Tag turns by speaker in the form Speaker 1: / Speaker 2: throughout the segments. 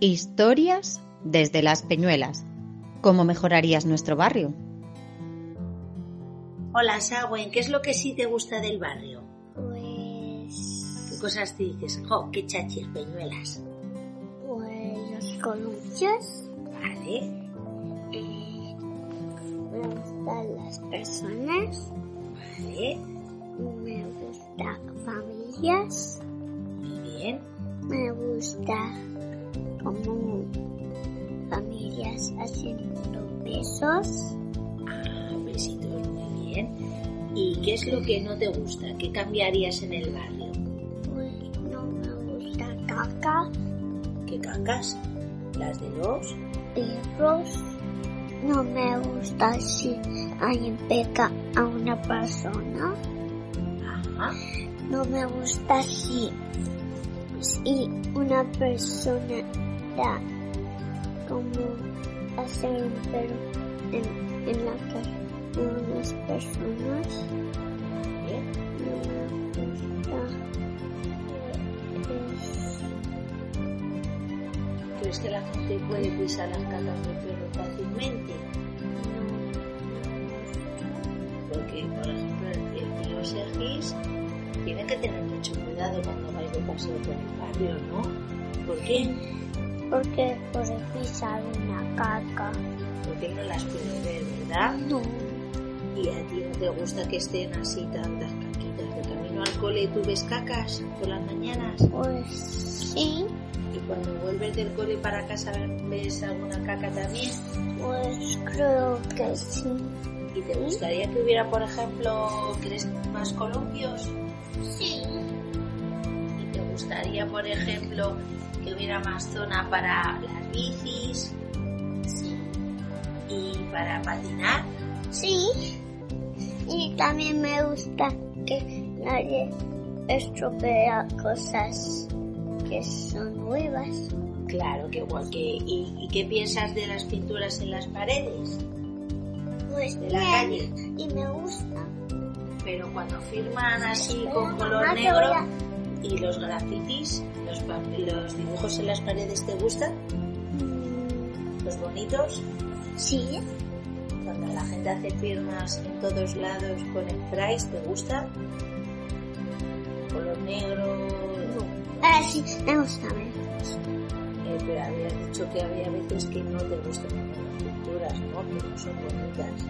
Speaker 1: Historias desde las Peñuelas. ¿Cómo mejorarías nuestro barrio?
Speaker 2: Hola, Sawen, ¿qué es lo que sí te gusta del barrio? ¿Qué
Speaker 3: Pues.
Speaker 2: cosas dices? Jo, qué chachis, peñuelas.
Speaker 3: Pues los columpios.
Speaker 2: Vale,
Speaker 3: eh, me gustan las personas.
Speaker 2: vale,
Speaker 3: Me gustan familias.
Speaker 2: muy bien.
Speaker 3: Me gusta como familias haciendo besos.
Speaker 2: Ah, besitos, muy bien. ¿Y qué es lo que no te gusta? ¿Qué cambiarías en el barrio?
Speaker 3: Pues no me gusta caca,
Speaker 2: ¿Qué cacas? ¿Las de los?
Speaker 3: perros. No me gusta si alguien peca a una persona.
Speaker 2: Ajá.
Speaker 3: No me gusta si, si una persona da como hacer un pelo en, en la cara de unas personas.
Speaker 2: Vale.
Speaker 3: No me gusta. pues,
Speaker 2: ¿Crees que la gente puede pisar las cacas de perro fácilmente? Porque, por ejemplo, el, el tío Sergis tiene que tener mucho cuidado cuando va de paseo por el barrio, ¿no? ¿Por qué?
Speaker 3: Porque puede pisar una caca. Ah,
Speaker 2: Porque no las puede ver, ¿verdad?
Speaker 3: No,
Speaker 2: Y a ti no te gusta que estén así tantas caquitas. De camino al cole tú ves cacas por las mañanas
Speaker 3: pues sí,
Speaker 2: y cuando vuelves del cole para casa ves alguna caca también.
Speaker 3: pues creo que sí.
Speaker 2: ¿Y te gustaría que hubiera, por ejemplo, crees más columpios?
Speaker 3: Sí,
Speaker 2: ¿Y te gustaría, por ejemplo, que hubiera más zona para las bicis
Speaker 3: sí.
Speaker 2: y para patinar?
Speaker 3: Sí. Y también me gusta que nadie estropea cosas que son nuevas.
Speaker 2: Claro, qué guay. ¿Qué- ¿Y, y qué piensas de las pinturas en las paredes
Speaker 3: Pues
Speaker 2: de la
Speaker 3: bien.
Speaker 2: calle?
Speaker 3: Y me gusta.
Speaker 2: Pero cuando firman así con
Speaker 3: Pero,
Speaker 2: color
Speaker 3: mamá, te
Speaker 2: negro
Speaker 3: voy
Speaker 2: y los grafitis, los, pa- los dibujos en las paredes, ¿te gustan?
Speaker 3: a- Mm,
Speaker 2: ¿Los bonitos?
Speaker 3: Sí,
Speaker 2: Cuando la gente hace firmas en todos lados con sprays, ¿te gusta? Color negro.
Speaker 3: ahora sí, me gusta. me gusta.
Speaker 2: Eh, pero habías dicho que había veces que no te gustan las pinturas, ¿no? Que no son bonitas.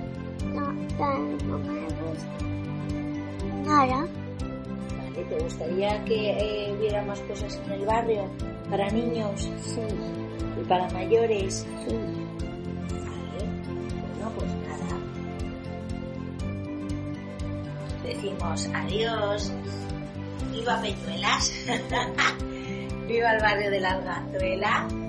Speaker 3: No, pero no me gusta. Nada,
Speaker 2: Vale, ¿Te gustaría que eh, hubiera más cosas en el barrio para niños
Speaker 3: sí,
Speaker 2: y para mayores?
Speaker 3: sí.
Speaker 2: Vale. Bueno, pues nada. Decimos adiós. Viva Peñuelas. Viva el barrio de la Alganzuela.